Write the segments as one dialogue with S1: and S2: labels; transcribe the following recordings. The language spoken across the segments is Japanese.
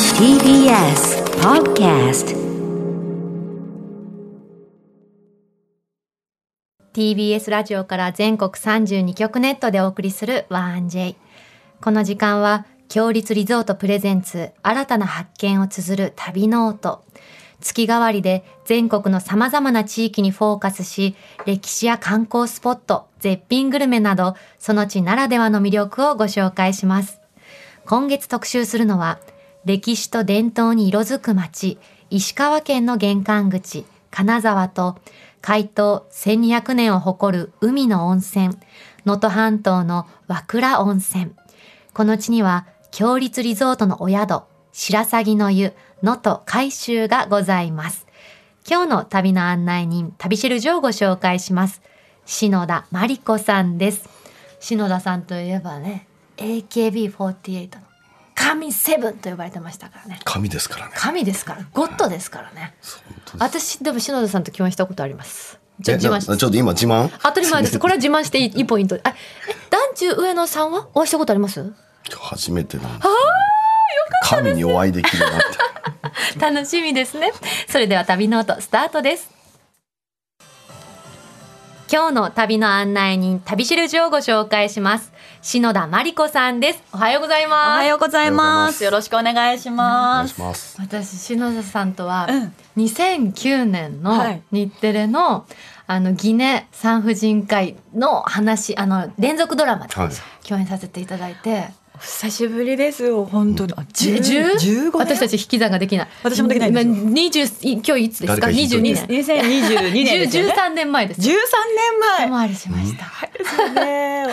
S1: TBS Podcast
S2: TBS ラジオから全国32局ネットでお送りする「ワン j この時間は「強立リゾートプレゼンツ新たな発見」を綴る旅ノート月替わりで全国のさまざまな地域にフォーカスし歴史や観光スポット絶品グルメなどその地ならではの魅力をご紹介します今月特集するのは歴史と伝統に色づく町石川県の玄関口金沢と開湯1200年を誇る海の温泉能登半島の和倉温泉この地には強立リゾートのお宿白鷺の湯能登海舟がございます今日の旅の案内人旅シェルジョをご紹介します篠田真理子さんです篠田さんといえばね AKB48 の神セブンと呼ばれてましたからね
S3: 神ですからね。
S2: 神ですからゴッドですからね
S3: そう本当です
S2: 私でも篠田さんと共演したことありますじ
S3: え
S2: ゃ自慢
S3: な
S2: し
S3: なちょっと今自慢
S2: 当たり前ですこれは自慢していいいいポイントあえ団中上野さんはお会いしたことあります
S3: 初めてなんです。神にお会いできる なって。
S2: 楽しみですねそれでは旅ノートスタートです今日の旅の案内人旅しるじをご紹介します篠田真理子さんですおはようございます
S4: おはようございます。
S3: おは
S4: よ
S3: よ
S4: ろしくお願いし
S3: お願
S4: ま
S3: いし
S4: す。
S3: ます。
S2: 私篠田さんとは
S4: うん
S2: 2009年の
S4: はい
S2: 日テレの,、あのギネ産婦人科医の話あの連続ドラマで
S3: はい。
S2: 共演させていただいて、
S4: お久しぶりですよ。本当に。あ、
S2: じゅ
S4: 10 15
S2: 私た
S4: ち。
S2: ち引き算ができない
S4: 私もできないんですよ
S2: まあ20い今日いつですか
S3: 誰か引いと
S2: 22
S3: いて
S2: 年
S4: 2022年ですよね。
S2: 13年前です
S4: 13
S2: お
S4: 年
S2: 回りしました、
S4: 前。ね、
S2: 本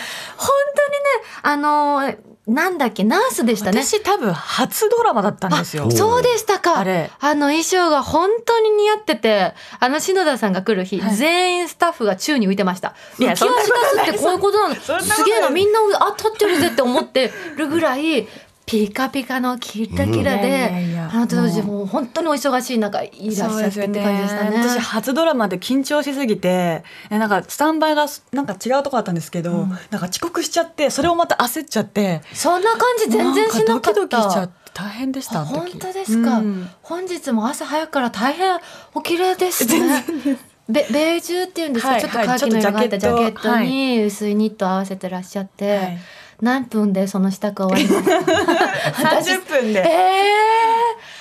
S2: 当にねあのーなんだっけナースでしたね
S4: 私多分初ドラマだったんですよ
S3: あ。
S2: そうでしたか
S4: あれ
S2: あの衣装が本当に似合っててあの篠田さんが来る日、
S4: はい
S2: 全員スタッフが宙に浮いてました
S4: いや
S2: 浮き足立つってこういうことなの
S4: そんなことない
S2: すげえなみんなあ立ってるぜって思ってるぐらいピカピカのキラキラで、
S4: うんいやいやいや
S2: あの当時もう本当にお忙しい中いらっしゃってって感じでしたね。
S4: 私初ドラマで緊張しすぎてえなんかスタンバイがなんか違うとこだったんですけど、
S2: うん
S4: なんか遅刻しちゃってそれをまた焦っちゃって
S2: そんな感じ全然しなかった。
S4: んドキドキしちゃって大変でした
S2: あ
S4: あの時
S2: 本当ですか、
S4: うん
S2: 本日も朝早くから大変お綺麗ですねべベージュっていうんですか、
S4: はい
S2: ちょっと
S4: はい
S2: カーキの色が入ったジ
S4: ちょっ
S2: ャ
S4: と
S2: ケ
S4: ジャ
S2: ッ
S4: ケット
S2: トに薄いニットを合わせてらっしゃって、
S4: はい
S2: 何分でその支度終わります
S4: 30分
S2: え
S4: で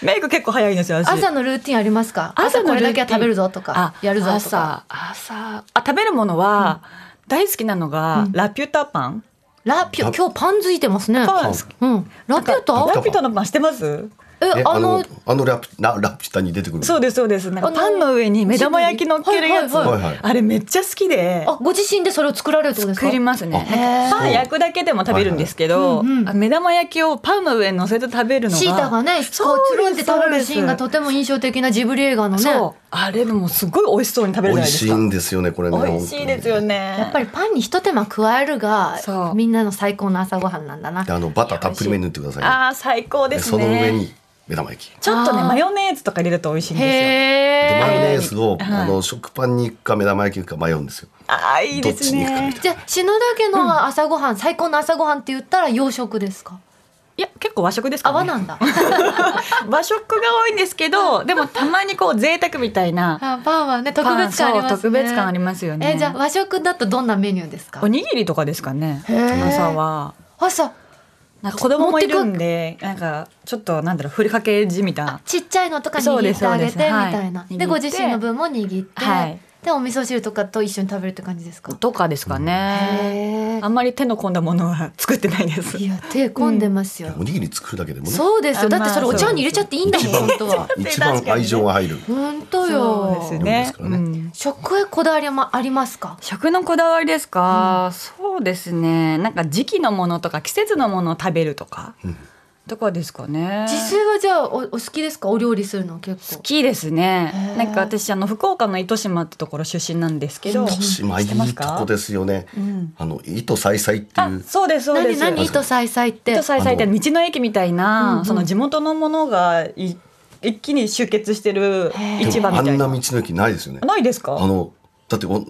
S4: メイク結構早いんですよ
S2: ー
S4: 私
S2: 朝のルーティンありますか朝これだけは食べるぞとかやるぞと
S4: 朝
S2: か
S4: 朝あ食べるものは、大好きなのが、
S2: うん
S4: ラピュタパン
S2: ラピュ
S3: ラ
S2: 今日パン付いてますね
S4: パン
S2: うんラピュ
S3: な
S2: タ
S3: んか
S4: ラピュタのパンしてます
S2: え
S3: え
S2: あ
S3: あ
S2: の
S3: のあのラピララピュタに出てくる。
S4: そうですそうですなんか
S2: あの
S4: パンの上に目玉焼き乗っけるやつ、
S2: はい
S3: はいはい
S4: あれめっちゃ好きで
S2: あご自身でそれを作られるってことですか
S4: 作りますね
S2: へー
S4: パン焼くだけでも食べるんですけど、
S2: はいはいうんうん
S4: あ目玉焼きをパンの上に乗せて食べるのが
S2: シータがね、こうつるんって食べるシーンがと
S4: って
S2: ても印象的なジブリ映画のね。
S4: そう
S2: や
S4: あれでもすごい美味しそうに食べるじ
S3: 美
S4: ゃないで
S3: 味し
S4: す
S3: い
S4: か
S3: んですよねこれね。
S4: 美味しいですよ
S3: 本
S4: ね
S2: っぱ
S4: り
S2: りパンに一手間加えるが
S4: そう
S2: みんなの最高の朝ごはんなんだな
S3: 当に。であのバターたっぷりめに塗ってくださいね。
S4: ああ最高ですね
S3: その上に目玉焼き。
S4: ちょっとね
S2: あー
S4: マヨネーズとか入れると美味しいんですよ
S3: でマヨ
S2: へ
S3: ネ
S2: え
S3: ーズ
S4: は
S3: を
S4: い
S3: あの食パンに行くか目玉焼きに行くか迷うんですよ。
S4: ああいいです
S3: どっちに行くかみ
S4: ね
S3: たい
S2: じゃあ篠田家の朝ごはん、最高の朝ごはんって言ったら洋食ですか
S4: いや結構和食ですか、
S2: あ
S4: ね、
S2: 和なんだ
S4: 和食が多いんですけ どでもたまにこう贅沢みたいな
S2: あパンはね特別感ありますね
S4: そう特別感ありますよね
S2: えじゃあ和食だとどんなメニューですか
S4: おにぎりとかですかね
S2: へー
S4: 朝は
S2: 朝
S4: なんか子供もいるんでなんかちょっとなんだろうふりかけ地みたいな
S2: ちっちゃいのとか
S4: そう
S2: 握
S4: で
S2: っ
S4: す
S2: てあげてみ
S4: そうですはい
S2: たいな
S4: 握っ
S2: で
S4: て
S2: ご自身の分も握って、
S4: はい
S2: でお味噌汁とかと一緒に食べるって感じですか
S4: とかですかね
S2: へえ
S4: あんまり手の込んだものは作ってないです
S2: いや手込んでますよ、
S3: な。おにぎり作るだけでもね。
S2: そうですよ。だってそれお茶に入れちゃっていいんだもん、
S3: 一番
S2: 本当は。
S3: 一番愛情が入る。
S2: 本当
S4: そう
S2: よ
S4: で。す
S3: 料理で
S4: ね
S3: すからね
S4: うん
S2: 食へこだわりもありますか。
S4: 食のこだわりですか、そうですねなんか時期のものとか季節のものを食べるとか、
S3: うん
S4: とかですかね
S2: 自炊はじゃあおお好きですか。お料理するの結
S4: 好
S2: 構。
S4: きです
S2: へ
S4: ね
S2: ー
S4: なんか私あの福岡の糸島ってところ出身なんですけど
S2: うん
S3: 豊島いい
S4: 知ってます
S3: と
S4: か
S3: こですよね。
S4: うん
S3: あの糸さいさいってい
S4: あ
S3: う。
S4: そうですそうで
S2: 何
S4: す
S2: 何とさいさいって
S4: 糸。さいさいって道の駅みたいな、
S2: うんうん
S4: その地元のものがい一気に集結してる
S2: へー
S4: 市
S3: で
S4: 場
S3: もあ
S4: みたい
S3: んな
S4: な
S3: 道の駅ないですよね。
S4: ないです
S3: あ
S4: か
S3: のだってお例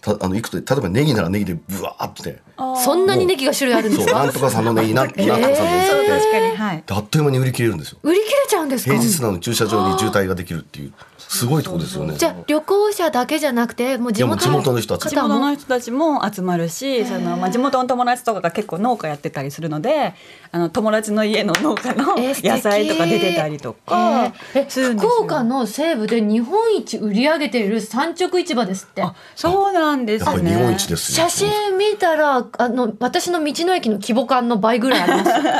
S3: たあのいくつ例えばネギならネギでブワーって
S2: そんなにネギが種類あるんで
S3: そう
S2: すか
S3: なんとかさんのネギなんなんとかさんのネギ
S4: そう
S3: って
S4: 確かにはい
S3: であっという間に売り切れるんですよ
S2: 売り切れちゃうんですか
S3: 平日なのに駐車場に渋滞ができるっていうすごいとこですよね
S2: じゃあ旅行者だけじゃなくてもう地元
S3: いやもう地元の人たち
S4: 地
S2: 方
S4: 元
S2: も
S4: の人たちも集まるし、そのまあ、地元の友達とかが結構農家やってたりするのであの友達の家の農家の
S2: えー素敵
S4: 野菜とか出てたりとか
S2: えー
S4: するん
S2: え
S4: ですよ
S2: 福岡の西部で日本一売り上げている産直市場ですって
S4: あそうなんです
S3: やっぱり
S4: ね
S3: 日本一ですよ
S2: 写真見たらあの私の道の駅の規模感の倍ぐら いあ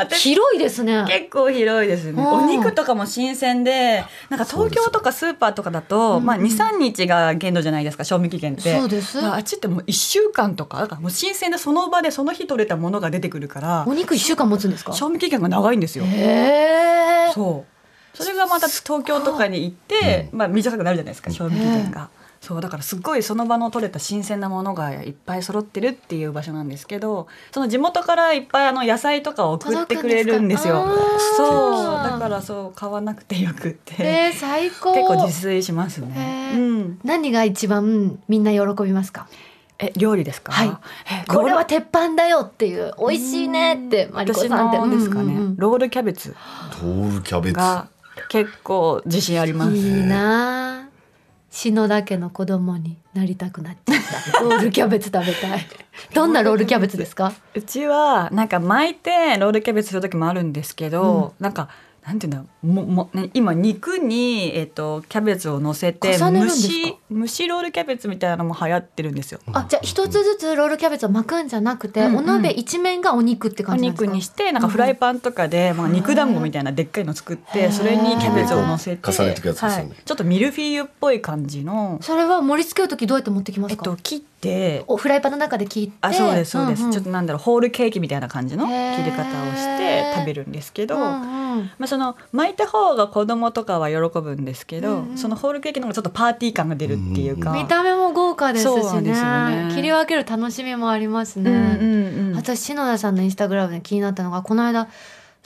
S2: ります広いですね
S4: 結構広いですね、
S2: うん
S4: お肉とかも新鮮でなんか東京とかスーパーとかだと、まあ、23日が限度じゃないですか賞味期限って
S2: そうです
S4: あっちってもう1週間とかだからもう新鮮でその場でその日取れたものが出てくるから
S2: お肉一週間持つんですか
S4: 賞味期限が長いんですよ。
S2: へえ
S4: そう。それがまた東京とかに行って、まあ短くなるじゃないですか、賞味期限が。そうだからすっごいその場の取れた新鮮なものがいっぱい揃ってるっていう場所なんですけどその地元からいっぱいあの野菜とかを送ってくれるんですよ
S2: 届くんですか
S4: そう
S2: あー
S4: だからそう買わなくてよくって、
S2: えー、最高
S4: 結構自炊しますね、
S2: へー
S4: うん、
S2: 何が一番みんな喜びますか
S4: え料理ですか、
S2: はい
S4: え
S2: こ
S4: ロ
S2: れ
S4: ー
S2: は
S4: ル
S2: 鉄板だよっていう美味しいねってマリコさんって
S4: 私のですかね、
S2: うんうんうん
S4: ロールキャベツ
S3: トールキャベツ
S4: が結構自信あります
S2: いいなあ篠田家の子供になりたくなっちゃ ったロールキャベツ食べたいどんなロールキャベツですか
S4: うちはなんか巻いてロールキャベツする時もあるんですけど、なんかなんていうんだろうもも、ね、今肉に、えっとキャベツを乗せて
S2: 重ねるん
S4: 蒸
S2: ですか
S4: し蒸しロールキャベツみたいなのも流行ってるんですよ。
S2: あじゃあ一つずつロールキャベツを巻くんじゃなくて、
S4: うんうん
S2: お鍋一面がお肉って
S4: お
S2: 感じなんです
S4: 肉
S2: か
S4: にしてなんかフライパンとかで、まあ、肉団子みたいなでっかいの作ってそれにキャベツを乗せて
S3: 重ねていくやつですよね。
S4: はい、ちょっとミルフィーユっぽい感じの、
S2: それは盛り付ける時どうやって持ってきま
S4: え
S2: す
S4: っ
S2: か、
S4: と、切って
S2: おフライパンの中で切って
S4: あそうですそうです、
S2: んん
S4: ちょっとなんだろうホールケーキみたいな感じの切り方をして
S2: へー
S4: 食べるんですけど。
S2: うんうん
S4: まあ、その巻いた方が子供とかは喜ぶんですけど、
S2: うんうん
S4: そのホールケーキの方がちょっとパーティー感が出るっていうか、
S2: 見た目も豪華ですし
S4: そうなん
S2: ね
S4: ですよね
S2: 切り分ける楽しみもありますね、
S4: うんうんうん、
S2: 私篠田さんのインスタグラムで気になったのがこの間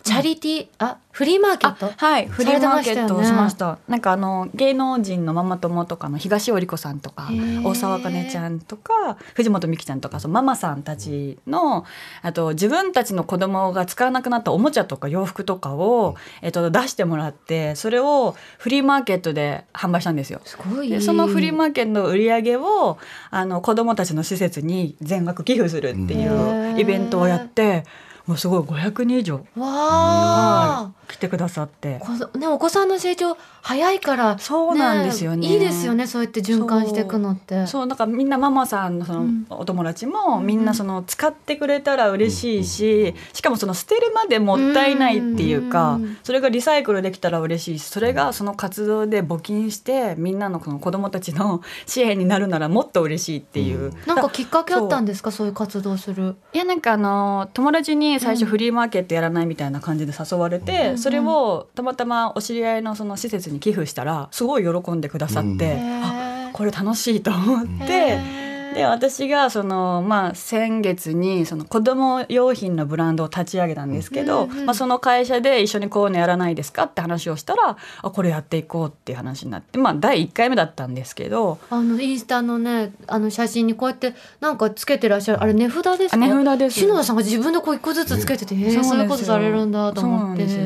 S2: チャリティー、あフリーマーケット
S4: あはいフリーマーケットをしましたたなんかあの芸能人のママ友とかの東織子さんとか
S2: へー
S4: 大沢あかねちゃんとか藤本美貴ちゃんとかそのママさんたちのあと自分たちの子供が使わなくなったおもちゃとか洋服とかを、えっと、出してもらってそれをフリーマーケットで販売したんですよ。
S2: すごい
S4: でそのフリーマーケットの売り上げをあの子どもたちの施設に全額寄付するってい
S2: うん
S4: うイベントをやってもうすごい500人以上
S2: わあ、
S4: 来てくださって
S2: こね、お子さんの成長早いから
S4: そうなんですよね
S2: いいですよねそうやって循環していくのって
S4: そうなんかみんなママさんのそ
S2: うん
S4: のお友達もみんなその使ってくれたら嬉しいししかもその捨てるまでもったいないっていう
S2: う
S4: か
S2: ん
S4: それがリサイクルできたら嬉しいしそれがその活動で募金してみんなのこの子どもたちの支援になるならもっと嬉しいっていううん
S2: なんかきっかけあったんですかそういう活動する
S4: いやなんかあの友達に最
S2: う
S4: 初
S2: ん
S4: フリーマーケットやらないみたいな感じで誘われて、
S2: うん
S4: それをたまたまお知り合いのその施設に寄付したらすごい喜んでくださって、
S2: うんへ
S4: あ
S2: ー
S4: これ楽しいと思って。で私がその、まあ、先月にその子供用品のブランドを立ち上げたんですけど、
S2: うんうん
S4: まあ、その会社で一緒にこういうのやらないですかって話をしたらあこれやっていこうっていう話になって、まあ、第1回目だったんですけど
S2: あのインスタのねあの写真にこうやってなんかつけてらっしゃるあれ値札ですか
S4: あ値札です
S2: 篠田さんが自分でこう一個ずつつけてて、へー
S4: なんですよ
S2: そういうことされるんだと
S4: そうな
S2: 思っ
S4: ん
S2: て
S4: ですよ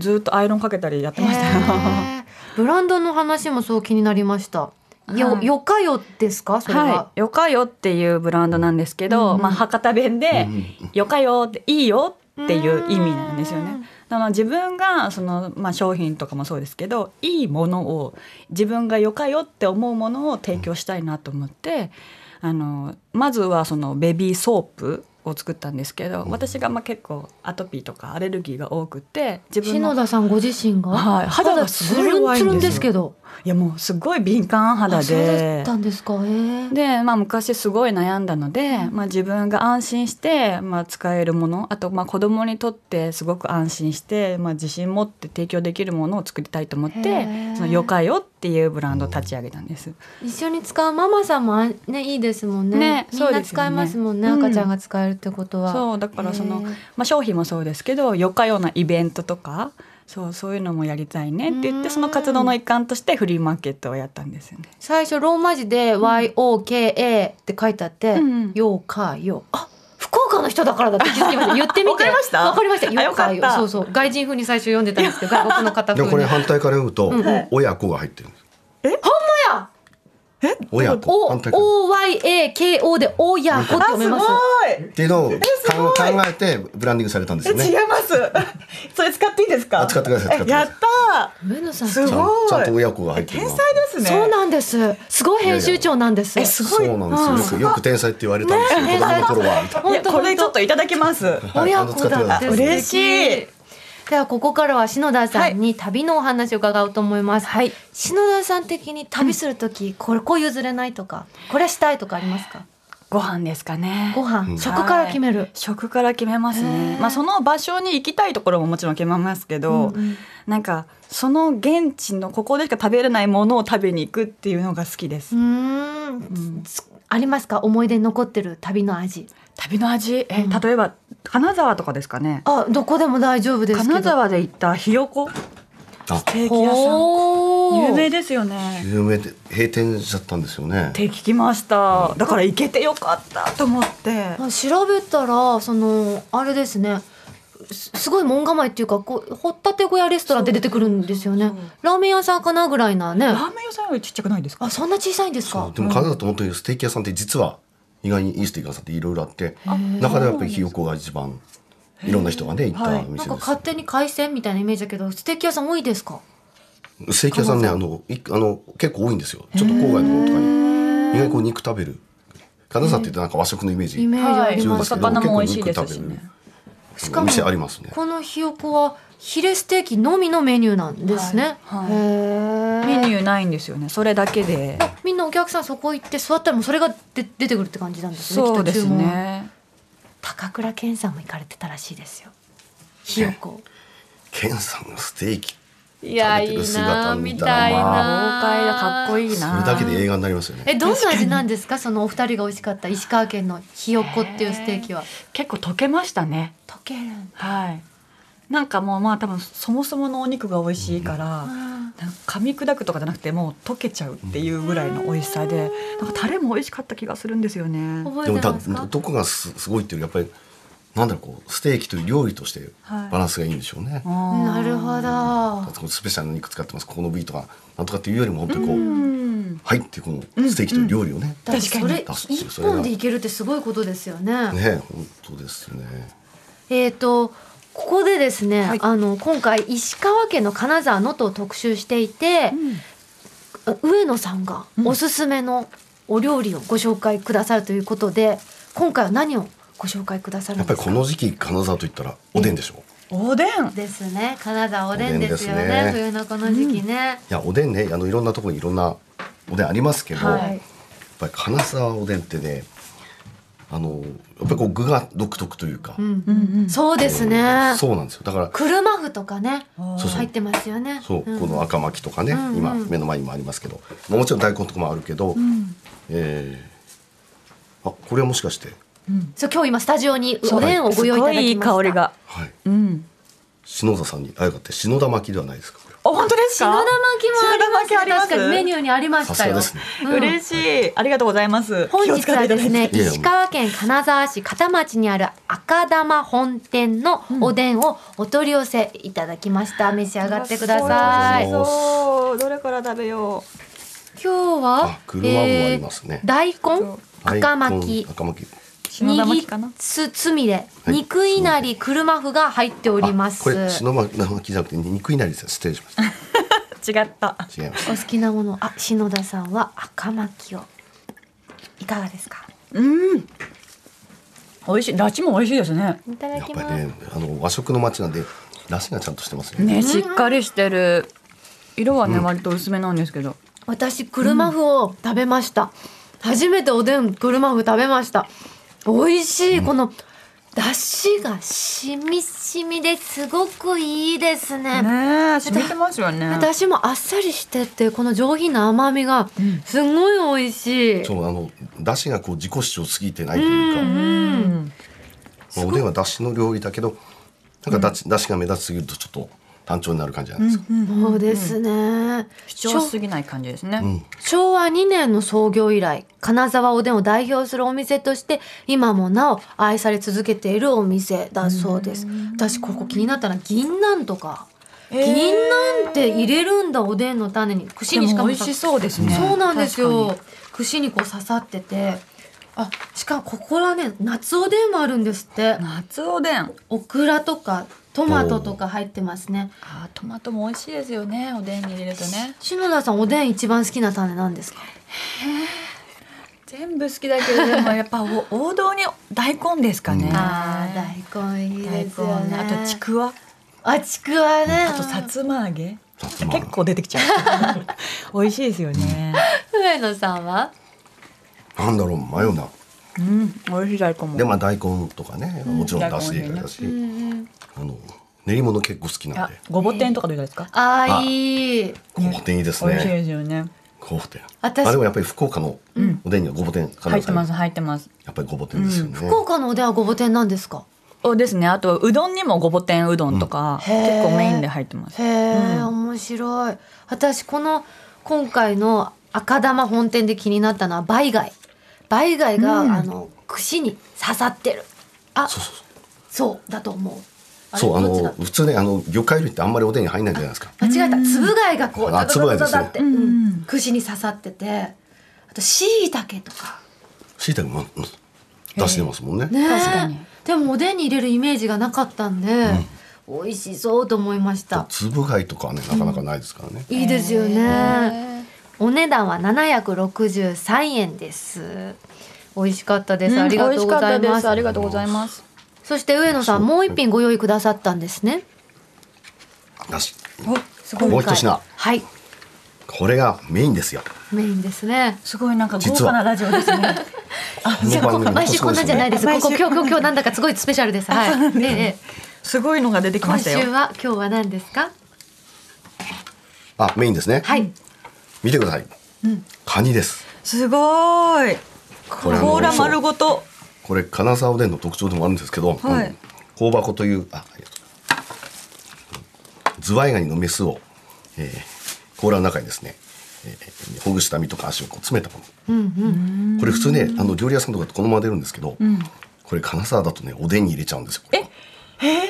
S4: ずっとアイロンかけたりやってましたよ。
S2: へーブランドの話もそう気になりましたよ、
S4: はい
S2: よかよですかそれは、
S4: はい、よかよっていうブランドなんですけど、
S2: うん
S4: まあ、博多弁で
S3: うん
S4: 「よかよ」って「いいよ」っていう意味なんですよ
S2: うん
S4: ね。なので自分がその、まあ、商品とかもそうですけどいいものを自分がよかよって思うものを提供したいなと思ってあのまずはそのベビーソープを作ったんですけど私がまあ結構アトピーとかアレルギーが多くて自分
S2: 篠
S4: の
S2: 田さんご自身が、
S4: はい肌がすごい弱いんですよ
S2: 肌ツルンツルンですけど
S4: いやもうすごい敏感肌
S2: あ
S4: で
S2: そうだったんですかへー
S4: で、まあ、昔すごい悩んだので、まあ、自分が安心して、まあ、使えるものあとまあ子供にとってすごく安心して、まあ、自信持って提供できるものを作りたいと思っ
S2: へー
S4: て「そのよかよ」っていうブランドを立ち上げたんです。
S2: 一緒に使うママさんもあんねいいですもんね
S4: ね
S2: み
S4: そ
S2: ん
S4: う
S2: な
S4: ですよね
S2: 使いますもんね
S4: うん
S2: 赤ちゃんが使えるってことは
S4: そうだからその、
S2: へー
S4: まあ、商品もそうですけどよかようなイベントとかそうそういうのもやりたいねって言っ
S2: うん
S4: てその活動の一環としてフリーマーケットをやったんですよね。
S2: 最初ローマ字で YOKA って書いてあって
S4: うんう
S2: 「
S4: ん
S2: ようかよ」あ福岡の人だからだって気づきま した言ってみて
S4: わかりました
S2: わかりました
S4: あよかった
S2: よそうそう外人風に最初読んでたんですけど外国の方風
S3: でもこれ
S2: に
S3: 反対から読むと
S2: ん
S3: 親子が入ってるんです
S2: や
S3: 親子反対から
S2: OYAKO で「おやこ」って読めます
S3: っていうのを考
S5: すごい
S3: えてブランディングされたんです
S5: え
S3: よね
S5: 違います。それ使っていいですか。
S3: あ使ってください使ってくだ
S5: えや
S3: さい
S5: った
S2: 上野さん
S5: ー。
S2: す
S5: す
S3: ちゃん
S5: ごい。
S3: ちゃんと親子が入ってる
S5: 天
S3: な
S5: 才ですね。
S2: そうなんですすごい編集長なんです
S5: えすごい。
S3: そうなんですよよくよく天才って言われたんですよ
S2: ね
S3: 子供の頃はみたい
S5: いや
S2: 本当
S5: これちょっ
S2: 本
S5: といただきます。
S2: 当
S3: はい
S2: 親子だって
S5: あの使ってください嬉しい
S2: ではここからは篠田さんに旅のお話を伺おうと思います、
S5: はい。
S2: 篠田さん的に旅する時、これこう譲れないとかこれしたいとかありますか
S4: ご飯ですかね。
S2: ご飯、
S3: うん
S2: 食から決める、
S4: 食から決めます
S2: へ
S4: ね
S2: ー。
S4: まあその場所に行きたいところももちろん決めますけど、
S2: うんうん
S4: なんかその現地のここでしか食べれないものを食べに行くっていうのが好きです。
S2: うー
S4: う
S2: ん
S4: ん
S2: つありますか思い出に残ってる旅の味
S4: 旅の味、え、
S2: うん
S4: 例えば金沢とかですかね。
S2: あどこでも大丈夫ですけど
S4: 金沢で行ったひよこ
S3: な
S4: ステーキ屋さん
S2: ほー
S4: 有名ですよね。
S3: 有名で閉店しちゃったんですよね
S4: って聞きました。だから行けてよかったと思って。
S2: あ調べたらそのあれですねすすごい門構えっていうかこう掘ったて小屋レストランって出てくるんですよ
S4: そ
S2: ね
S4: うそうそう
S2: ラーメン屋さんかなぐらいなね
S4: ラーメン屋さんよりちっちゃくないですか
S2: あ。そんな小さいんです
S3: そ
S2: か
S3: うでも金沢と本当にステーキ屋さんって実は意外にいいステーキ屋さんっていろいろあって中ではやっぱりひよこが一番いろんな人がね行ったお
S2: なん
S3: 店
S2: か
S3: です
S2: 勝手に海鮮みたいなイメージだけどステーキ屋さん多いですか
S3: ステーキ屋さんねあのいあの結構多いんですよちょっと郊外の方とかに意外にこう肉食べる金沢って言うとなんか和食のイメージ
S2: イメージあり
S3: 強い
S2: ま
S3: です
S2: け
S3: すけ
S2: ど、
S3: ど
S4: 魚
S3: 結
S4: も
S3: 構
S4: 美味しいで
S3: 肉
S4: すし
S3: 食べ
S4: ね
S3: る
S2: しかも
S3: 店ありますね
S2: このひよこはヒレステーキのみのメニューなんですね、
S4: はいはい
S2: へ
S4: メニ
S2: ュー
S4: ューないんですよね。それだけで。
S2: みんなお客さんそこ行って座ったらもうそれがで出てくるって感じなんですね
S4: そうです
S2: きっと注文
S4: ね。
S2: 高倉健さんも行かれてたらしいですよひよこ
S3: ケンさんのステーキ
S2: い
S3: や食べてる姿見たいなみたい
S4: 豪快だか
S3: な
S4: っこ
S2: い
S4: いい
S3: そ
S4: な。
S3: れだけで映画になりますよね
S2: えどんな味なんですかそのお二人が美味しかった石川県のひよこっていうステーキは
S4: 結構溶けましたね。
S2: 溶けるんだ
S4: はい。なんかもうまあ多分そもそものお肉が美味しいから、なんか噛み砕くとかじゃなくてもう溶けちゃうっていうぐらいの美味しさで、なんかタレも美味しかった気がするんですよね。
S2: 覚
S3: でも
S2: えて
S3: だ
S2: ますか
S3: どこがすすごいっていうよりやっぱりなんだろうこうステーキという料理として
S4: はい
S3: バランスがいいんでしょうね、
S4: な
S2: なるほど
S3: だってこのスペシャルな肉使ってますここの部位とかなんとかっていうよりも本当にこう、
S4: うん。
S3: 入ってこのステーキという料理をね、
S2: だってそれ
S3: 確かに
S2: 一本でいけるってすごいことですよね。
S3: ね本当ですね
S2: えっ、とここでですね、
S4: はい
S2: あの今回石川県の金沢能登を特集していて、上野さんがおすすめのお料理をご紹介くださるということで、今回は何をご紹介くださる
S3: や
S2: ん
S3: っぱ
S2: で
S3: り
S2: す
S3: こ
S2: か。
S3: の時期金沢といったらおでんでしょう、
S4: おでん。
S2: ですね金沢おでんですよ
S3: おで
S2: ね
S3: んですね
S2: 冬のこの時期ね。
S3: いやおでんねあのいろんなところにいろんなおでんありますけど、
S4: はい
S3: やっぱり金沢おでんってねあのやっぱりこう具が独特というか、
S2: うん
S4: うんうん。
S2: そうですね。
S3: そうなんですよだから
S2: 車麩とかね
S4: そう
S3: そう
S2: 入ってますよね。
S3: そう、
S2: ん
S3: この赤巻きとかね、
S2: うんうん
S3: 今目の前にもありますけどまあもちろん大根とかもあるけど、
S4: ん
S3: えーあこれはもしかして
S2: そう今日今スタジオにおでんをご用意いただきました。
S4: すごいいい香りが。
S3: はい
S4: うん。
S3: 篠田さんにあやかって篠田巻きではないですかこれは
S4: お本当です
S2: 篠田
S4: か。
S2: 巻きもあります,、
S4: 篠田巻
S2: ね、
S4: きあります
S2: 確かにメニューにありましたよ
S3: さすがです
S2: うん
S4: 嬉しい。ありがとうございます。
S2: 本
S4: 気を
S2: 日
S4: 使っ
S2: は
S4: ていた
S2: で
S4: だい
S2: す
S4: て
S2: ね
S3: いやいや
S2: 石川県金沢市片町にある赤玉本店のおでんをお取り寄せいただきました召し上がってください
S3: あ
S4: そうどれから食べよ
S2: 今日は
S3: あ車麩もありますね
S2: えー大根
S3: 大根
S2: 赤巻き
S3: 赤巻き
S4: う。篠田巻きかな
S2: に。すつみれ
S3: い
S2: 肉いなり車麩が入っておりま
S3: あ
S2: す
S3: これ篠巻きじゃなくて肉いなりですよ失礼し ました
S4: 違った。
S3: 違いまし
S2: お好きなものあ篠田さんは赤巻きをいかがですか
S4: うん。美味しい。ラチも美味しいですね。
S2: いた
S3: た
S2: だ
S3: やっ
S2: き
S3: ぱ
S2: ま
S3: り
S2: す
S3: ねあの和食の町なんで出汁がちゃんとしてますね
S4: ね、しっかりしてる。色はね、割と薄めなんですけど。
S2: 私車麩を食べました、初めておでん車麩食べました美味しい、このだしがしみしみですごくいいですね
S4: ねえ、染みてますよね。
S2: だしもあっさりしててこの上品な甘みがすごい美味しい、
S3: そうあの出汁がこう自己主張すぎてないというか、
S2: う
S3: ま
S4: うん。
S3: あ、おでんは出汁の料理だけどなんかだし、出汁が目立ちすぎるとちょっと単調になる感じじゃないですか。
S2: そうですね。
S4: 主張しすぎない感じですね、
S2: 昭和2年の創業以来金沢おでんを代表するお店として今もなお愛され続けているお店だそうです私ここ気になったのは銀杏とか、銀杏って入れるんだおでんの種に串にしか
S4: でも
S2: も
S4: 美味しそうですね
S2: そうなんですよ串にこう刺さっててあしかもここはね夏おでんもあるんですって
S4: 夏おでん
S2: オクラとかトマトとか入ってますね
S4: あートマトも美味しいですよねおでんに入れるとね
S2: 篠田さんおでん一番好きな種なんですか
S4: 全部好きだけどでもやっ ぱお王道に大根ですかね、
S2: あー大根いい
S4: 大
S2: ですよ
S4: 根
S2: ね
S4: ねあとちくわ
S2: あちくわね
S4: あとさつま揚げ
S3: さつま揚げ
S4: 結構出てきちゃう 美味しいですよね
S2: 上野さんは
S3: なんだろう真夜中。
S4: うん美味しい大根も
S3: でまあ大根とかね、もちろんだし
S4: 大根ね
S3: だし、あの練り物結構好きなん
S4: あ
S3: で。
S4: ごぼ天とかどうですか
S2: あー
S3: あ
S2: いい
S3: ごぼ天いいです
S4: 美味しい
S3: ね。
S4: ですよね
S3: ごぼ天。あ
S2: 私
S3: でもやっぱり福岡のおでんにはごぼ天必ず
S4: 入ってます
S3: や
S4: 入ってます
S3: っぱりごぼ天ですよね。
S2: 福岡のおでんはごぼ天なんですか
S4: おですねあとうどんにもごぼ天うどんとか、
S2: うんへー
S4: 結構メインで入ってます
S2: へえ、面白い私この今回の赤玉本店で気になったのは梅貝梅貝が、あの串に刺さってるあそ
S3: そ
S2: うう
S3: そうそう。
S2: だと思うあれ
S3: そうあ
S2: どっち
S3: の
S2: だ
S3: 普通ねあの魚介類ってあんまりおでんに入んないじゃないですか。
S2: 間違えた粒貝がこうダダ
S3: あ
S2: ダダダダって、
S3: 粒
S2: う
S4: ね
S2: ん串に刺さっててあとしいたけとか
S3: 椎茸もうん出してますもんね。
S2: ねえ
S4: 確かに
S2: でもおでんに入れるイメージがなかったんで、美味しそうと思いました
S3: 粒貝とかはねなかなかないですからね。
S2: いいですよねお値段は763円です美味しかったです、ありがとうござ
S4: 美味
S2: い
S4: しかった
S2: ま
S4: ですすありがとうございます
S2: そして上野さんもう一品ご用意くださったんですね
S3: だし
S4: おす
S3: もう一品
S2: はい
S3: これがメインですよ。
S2: メインですね
S4: すごいなんか豪
S3: 実は
S4: 華なラジオです ね
S3: この番組
S2: 毎週こんなんじゃないです。こ
S4: 毎週
S2: こ今日今日今日なんだかすごいスペシャルです。はい。ええ
S4: すごいのが出てきま
S2: 今
S4: し
S2: 週
S4: たよ
S2: は今日は何ですか。
S3: あメインですね。
S2: はい。
S3: 見てください。カニです。
S4: すごーい
S3: これあの
S4: 甲羅丸ごと
S3: これ金沢おでんの特徴でもあるんですけど、
S4: はい
S3: あの香箱というあありがとうズワイガニのメスを、えー、甲羅の中にですね、えーほぐした身とか足をこう詰めたもの、これ普通ねあの料理屋さんとかでこのまま出るんですけど、これ金沢だとねおでんに入れちゃうんですよこれ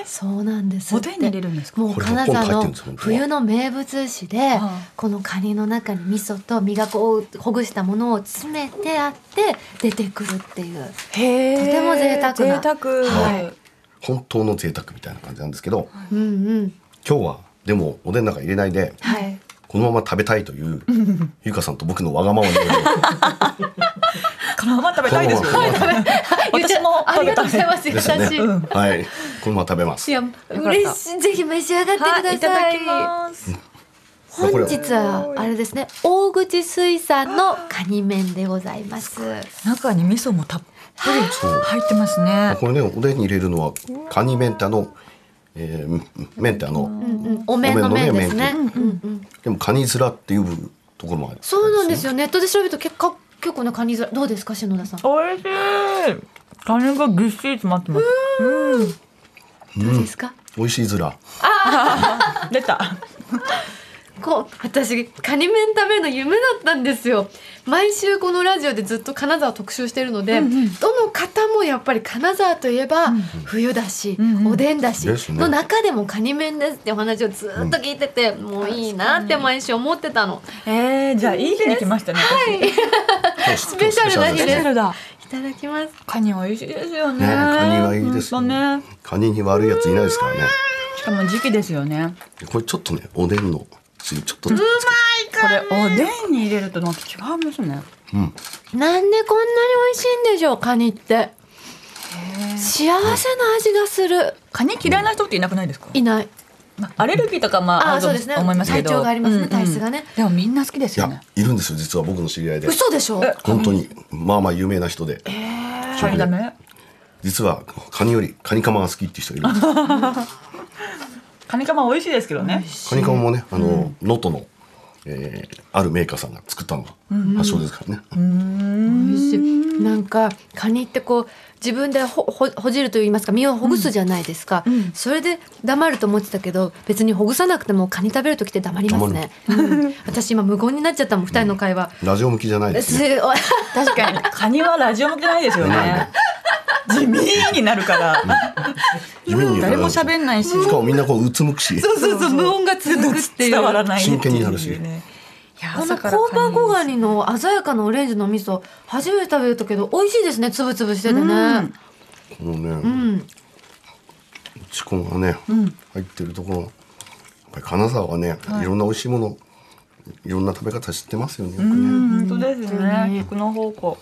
S2: そうなんです
S4: お
S2: って。
S4: でんに入れるんですか
S2: もう
S3: これ
S2: 金沢
S3: 本当に入ってる
S2: の
S3: んですよ本当は
S2: 冬の名物酒でこのカニの中に味噌と身がこうほぐしたものを詰めてあって出てくるっていう
S4: へ
S2: とても贅沢なはい
S3: 本当の贅沢みたいな感じなんですけど、
S2: うんうん
S3: 今日はでもおでんの中入れないで
S2: はい
S3: このまま食べたいというゆかさんと僕のわがままによる
S4: このまま食べたいですよ
S3: このまま
S4: 私も
S2: ありがとうございます優
S3: で
S2: し
S3: すね
S2: い、
S3: うんはいこのまま食べます
S2: いや嬉しいぜひ召し上がってください,、
S4: はいいただきます
S2: 本日はあれですね大口水産のカニ麺でございます
S4: 中に味噌もたっぷり入ってます
S3: あ
S4: ね
S3: これねおでんに入れるのはカニメンタの、えー、メンタの、
S2: うんお麺の麺ですね
S3: お
S2: うんうん
S3: でもカニ面っていうところもある
S2: そうなんです
S3: よ
S2: よネットで調べると結構結構なカニ皿どうですか篠田さんど
S4: 美味しいカニがぎっしり詰まってます
S2: うですか、
S3: 美味しい面
S4: 出た
S2: こう私カニ面食べるの夢だったんですよ毎週このラジオでずっと金沢特集してるので、どの方もやっぱり金沢といえば冬だし、
S4: んうん
S2: おでんだし、
S3: ですね
S2: の中でもカニ面ですってお話をずっと聞いてて、もういいなって毎週思ってたの、
S4: えー、じゃあいい日に来ましたねはい
S3: ス
S2: ペシャルな日
S4: スペシャルだ
S2: いただきます
S4: カニ美味しいですよね
S3: ねカニはいいですよ
S4: 本当ね
S3: カニに悪いやついないですからね
S4: しかも時期ですよね
S3: これちょっとねおでんのつゆちょっと
S4: これおでんに入れるとなんか違うんですね
S3: うん
S2: なんでこんなに美味しいんでしょうカニって幸せな味がする
S4: カニ嫌いな人っていなくないですか
S2: いない
S4: アレルギーとかまあ
S2: あ
S4: あると
S2: そうですね
S4: 思いますけど
S2: 体調がありますね
S4: うんうん
S2: 体質がね
S4: でもみんな好きで
S3: い
S4: すよね
S3: やいるんですよ実は僕の知り合いで
S2: 嘘でしょ
S3: 本当にまあまあ有名な人で
S4: カニダメ
S3: 実はカニよりカニカマが好きっていう人がいるんですよ
S4: カニカマ美味しいですけどね
S3: カニカマもねあの能登、のえーあるメーカーさんが作ったのが発祥ですからね、
S2: 美味しいなんかカニってこう自分でほほほじるといいますか身をほぐすじゃないですか、それで黙ると思ってたけど別にほぐさなくてもカニ食べる時って黙りますね、うん私今無言になっちゃったもん二人の会話、
S3: ラジオ向きじゃないですね
S2: すお
S5: 確かにカニはラジオ向けないですよね地味になるから
S3: 夢に
S4: 誰も喋んないし
S3: しかもみんなこううつむくし
S2: そうそうそう無音が続くっていう
S5: 伝わらないっていうね
S3: 真剣になるし
S5: いや
S2: この
S5: 朝
S2: コ
S5: か
S2: ー
S5: らカニ
S2: パーコガニの鮮やかなオレンジの味噌初めて食べたけど美味しいですねつぶつぶしててね、うん
S3: もうね、チコンがね、入ってるところやっぱり金沢はね、い、ろんな美味しいものいろんな食べ方知ってますよねよくね、
S5: 本当ですね逆の方向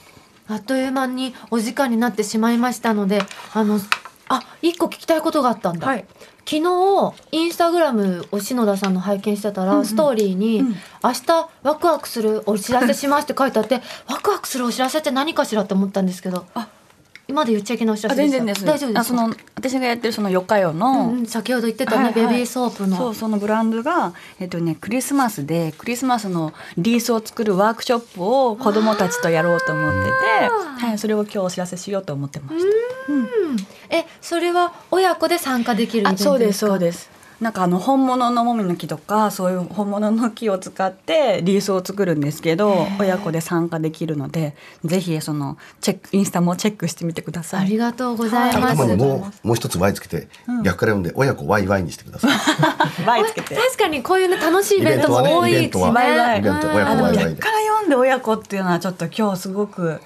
S2: あっという間にお時間になってしまいましたのであのあ一個聞きたいことがあったんだ、
S5: はい
S2: 昨日インスタグラムを篠田さんの拝見してたら、ストーリーに、明日ワクワクするお知らせします」って書いてあって ワクワクするお知らせって何かしらって思ったんですけど
S4: あ
S2: 今まで言っちゃいけないお知ら
S4: あ
S2: せで
S4: 全
S2: した
S4: 然です
S2: 大丈夫ですか
S4: あその私がやってるそのよかよ
S2: う
S4: の、
S2: んうん、先ほど言ってたね、
S4: はいはい
S2: ベビーソープの
S4: そうそのブランドが、えっとね、クリスマスでクリスマスのリースを作るワークショップを子どもたちとやろうと思ってて、はい、それを今日お知らせしようと思ってまし
S2: えそれは親子で参加できるイ
S4: た
S2: ベントですか
S4: そうですなんかあの本物のもみの木とかそういう本物の木を使ってリースを作るんですけど親子で参加できるのでぜひそのチェックインスタもチェックしてみてくださ
S2: あり
S4: い。
S2: がとうございます
S3: 頭にもうもう一つ Y つけて、逆から読んで親子ワイワイにしてくだ さい。
S5: バイつけて
S2: 確かにこういうね楽しいイベントも多いし
S3: イ
S2: ね
S3: ベントはね
S5: イ
S3: ベントはイベント親子
S2: うん
S3: ワイワイ
S5: 逆から読んで親子っていうのはちょっと今日すごく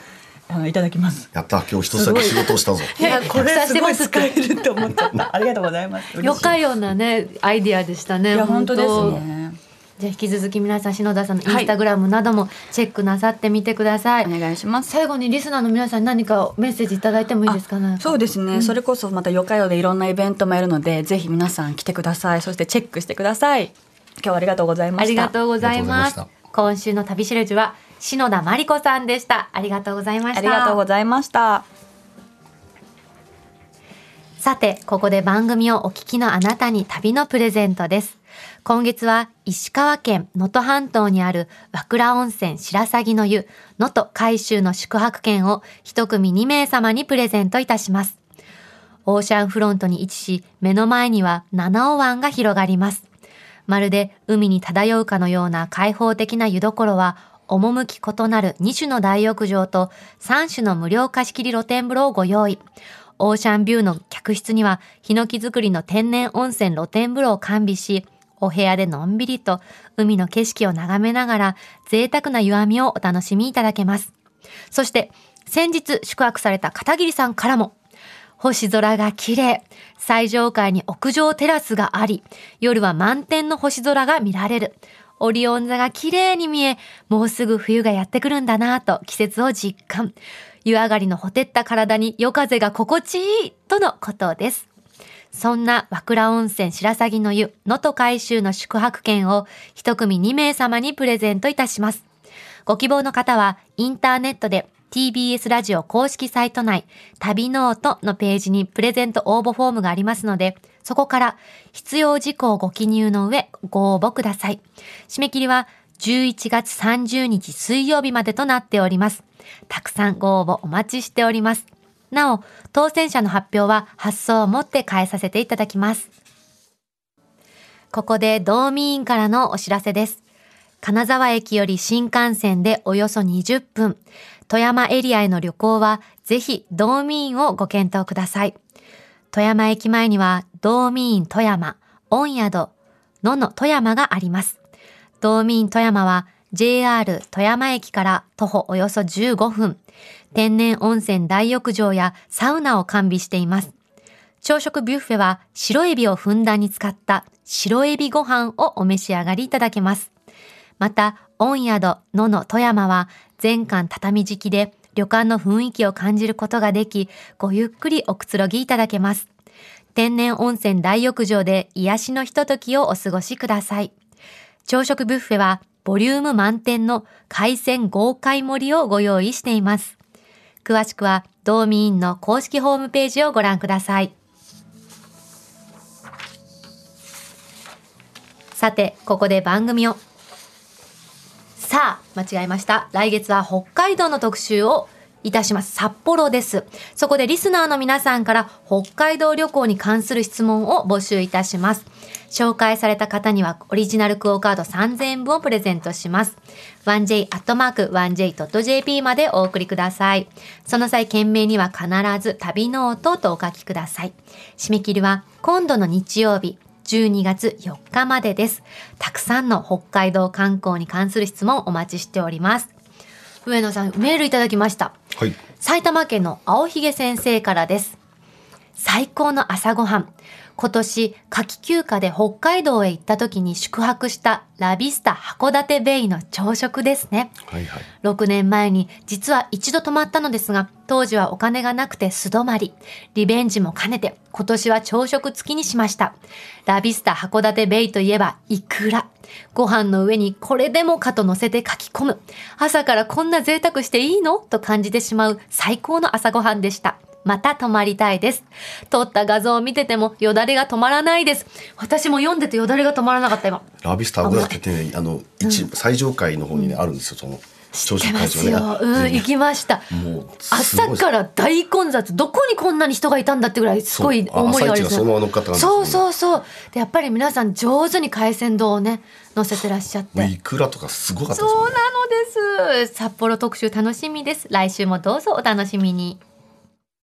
S5: あのいただきます
S3: やった今日一つだけ仕事をしたぞ。
S2: いや
S5: これすごい
S2: た
S5: 使
S2: くさん
S5: え
S2: してま
S5: るって思っちゃったありがとうございます
S2: よか
S5: い
S2: ようなねアイディアでしたね
S4: いや本当ですね。
S2: じゃあ引き続き皆さん篠田さんのインスタグラムなどもチェックなさってみてください、
S4: お願いします。
S2: 最後にリスナーの皆さんに何かメッセージいただいてもいいですかね
S4: そうですね、それこそまたよかよでいろんなイベントもやるのでぜひ皆さん来てくださいそしてチェックしてください今日はありがとうございました
S2: ありがとうございます
S3: ありがとうござい
S2: 今週の旅しるじは篠田真理子さんでしたありがとうございました
S4: ありがとうございました
S2: さて、ここで番組をお聞きのあなたに旅のプレゼントです。今月は石川県能登半島にある和倉温泉白鷺の湯能登海州の宿泊券を一組2名様にプレゼントいたします。オーシャンフロントに位置し、目の前には七尾湾が広がります。まるで海に漂うかのような開放的な湯どころは、趣異なる2種の大浴場と3種の無料貸し切り露天風呂をご用意。オーシャンビューの客室には、ヒノキ作りの天然温泉露天風呂を完備し、お部屋でのんびりと海の景色を眺めながら贅沢な湯あみをお楽しみいただけます。そして、先日宿泊された片桐さんからも、星空が綺麗。最上階に屋上テラスがあり、夜は満天の星空が見られる。オリオン座が綺麗に見え、もうすぐ冬がやってくるんだなぁと季節を実感。湯上がりのほてった体に夜風が心地いいとのことです。そんな和倉温泉白鷺の湯、能登海州の宿泊券を一組2名様にプレゼントいたします。ご希望の方は、インターネットで TBS ラジオ公式サイト内、旅ノートのページにプレゼント応募フォームがありますので、そこから必要事項をご記入の上、ご応募ください。締め切りは11月30日水曜日までとなっております。たくさんご応募お待ちしております。なお、当選者の発表は発送をもって変えさせていただきます。ここで道民員からのお知らせです。金沢駅より新幹線でおよそ20分、富山エリアへの旅行はぜひ道民員をご検討ください。富山駅前には道民院富山、御宿、野の富山があります。道民院富山は JR 富山駅から徒歩およそ15分、天然温泉大浴場やサウナを完備しています。朝食ビュッフェは白エビをふんだんに使った白エビご飯をお召し上がりいただけます。また、御宿、野の富山は全館畳敷きで旅館の雰囲気を感じることができ、ごゆっくりおくつろぎいただけます。天然温泉大浴場で癒しのひとときをお過ごしください。朝食ビュッフェはボリューム満点の海鮮豪快盛りをご用意しています。詳しくは道民院の公式ホームページをご覧ください。さて、ここで番組を間違えました。来月は北海道の特集をいたします。札幌です。そこでリスナーの皆さんから北海道旅行に関する質問を募集いたします。紹介された方にはオリジナルクオカード3000円分をプレゼントします。1j.1j.jp までお送りください。その際、件名には必ず旅ノートとお書きください。締め切りは今度の日曜日、12月4日までです。たくさんの北海道観光に関する質問お待ちしております。上野さん、メールいただきました。
S3: はい
S2: 埼玉県の青ひげ先生からです。最高の朝ごはん。今年、夏季休暇で北海道へ行った時に宿泊したラビスタ函館ベイの朝食ですね。
S3: はいはい
S2: 6年前に実は一度泊まったのですが、当時はお金がなくて素泊まり。リベンジも兼ねて、今年は朝食付きにしました。ラビスタ函館ベイといえば、イクラ。ご飯の上にこれでもかと乗せて書き込む。朝からこんな贅沢していいのと感じてしまう最高の朝ごはんでした。また泊まりたいです。撮った画像を見ててもよだれが止まらないです。私も読んでてよだれが止まらなかった今。
S3: ラビスター函館ってねあの一、最上階の方にねあるんですよその朝
S2: 出
S3: 食
S2: ま
S3: 会
S2: す
S3: 場
S2: よ。うん、
S3: ね
S2: 行きました。
S3: もうすごい
S2: 朝から大混雑どこにこんなに人がいたんだってぐらいすごい思いがありま
S3: そうあ朝市が
S2: す
S3: そのまま乗っかった感じです
S2: そ
S3: ね
S2: うそうそうでやっぱり皆さん上手に海鮮丼をね乗せてらっしゃっ
S3: もう
S2: て
S3: いくらとかすごかったです
S2: そ
S3: もん
S2: う
S3: ね
S2: なのです札幌特集楽しみです来週もどうぞお楽しみに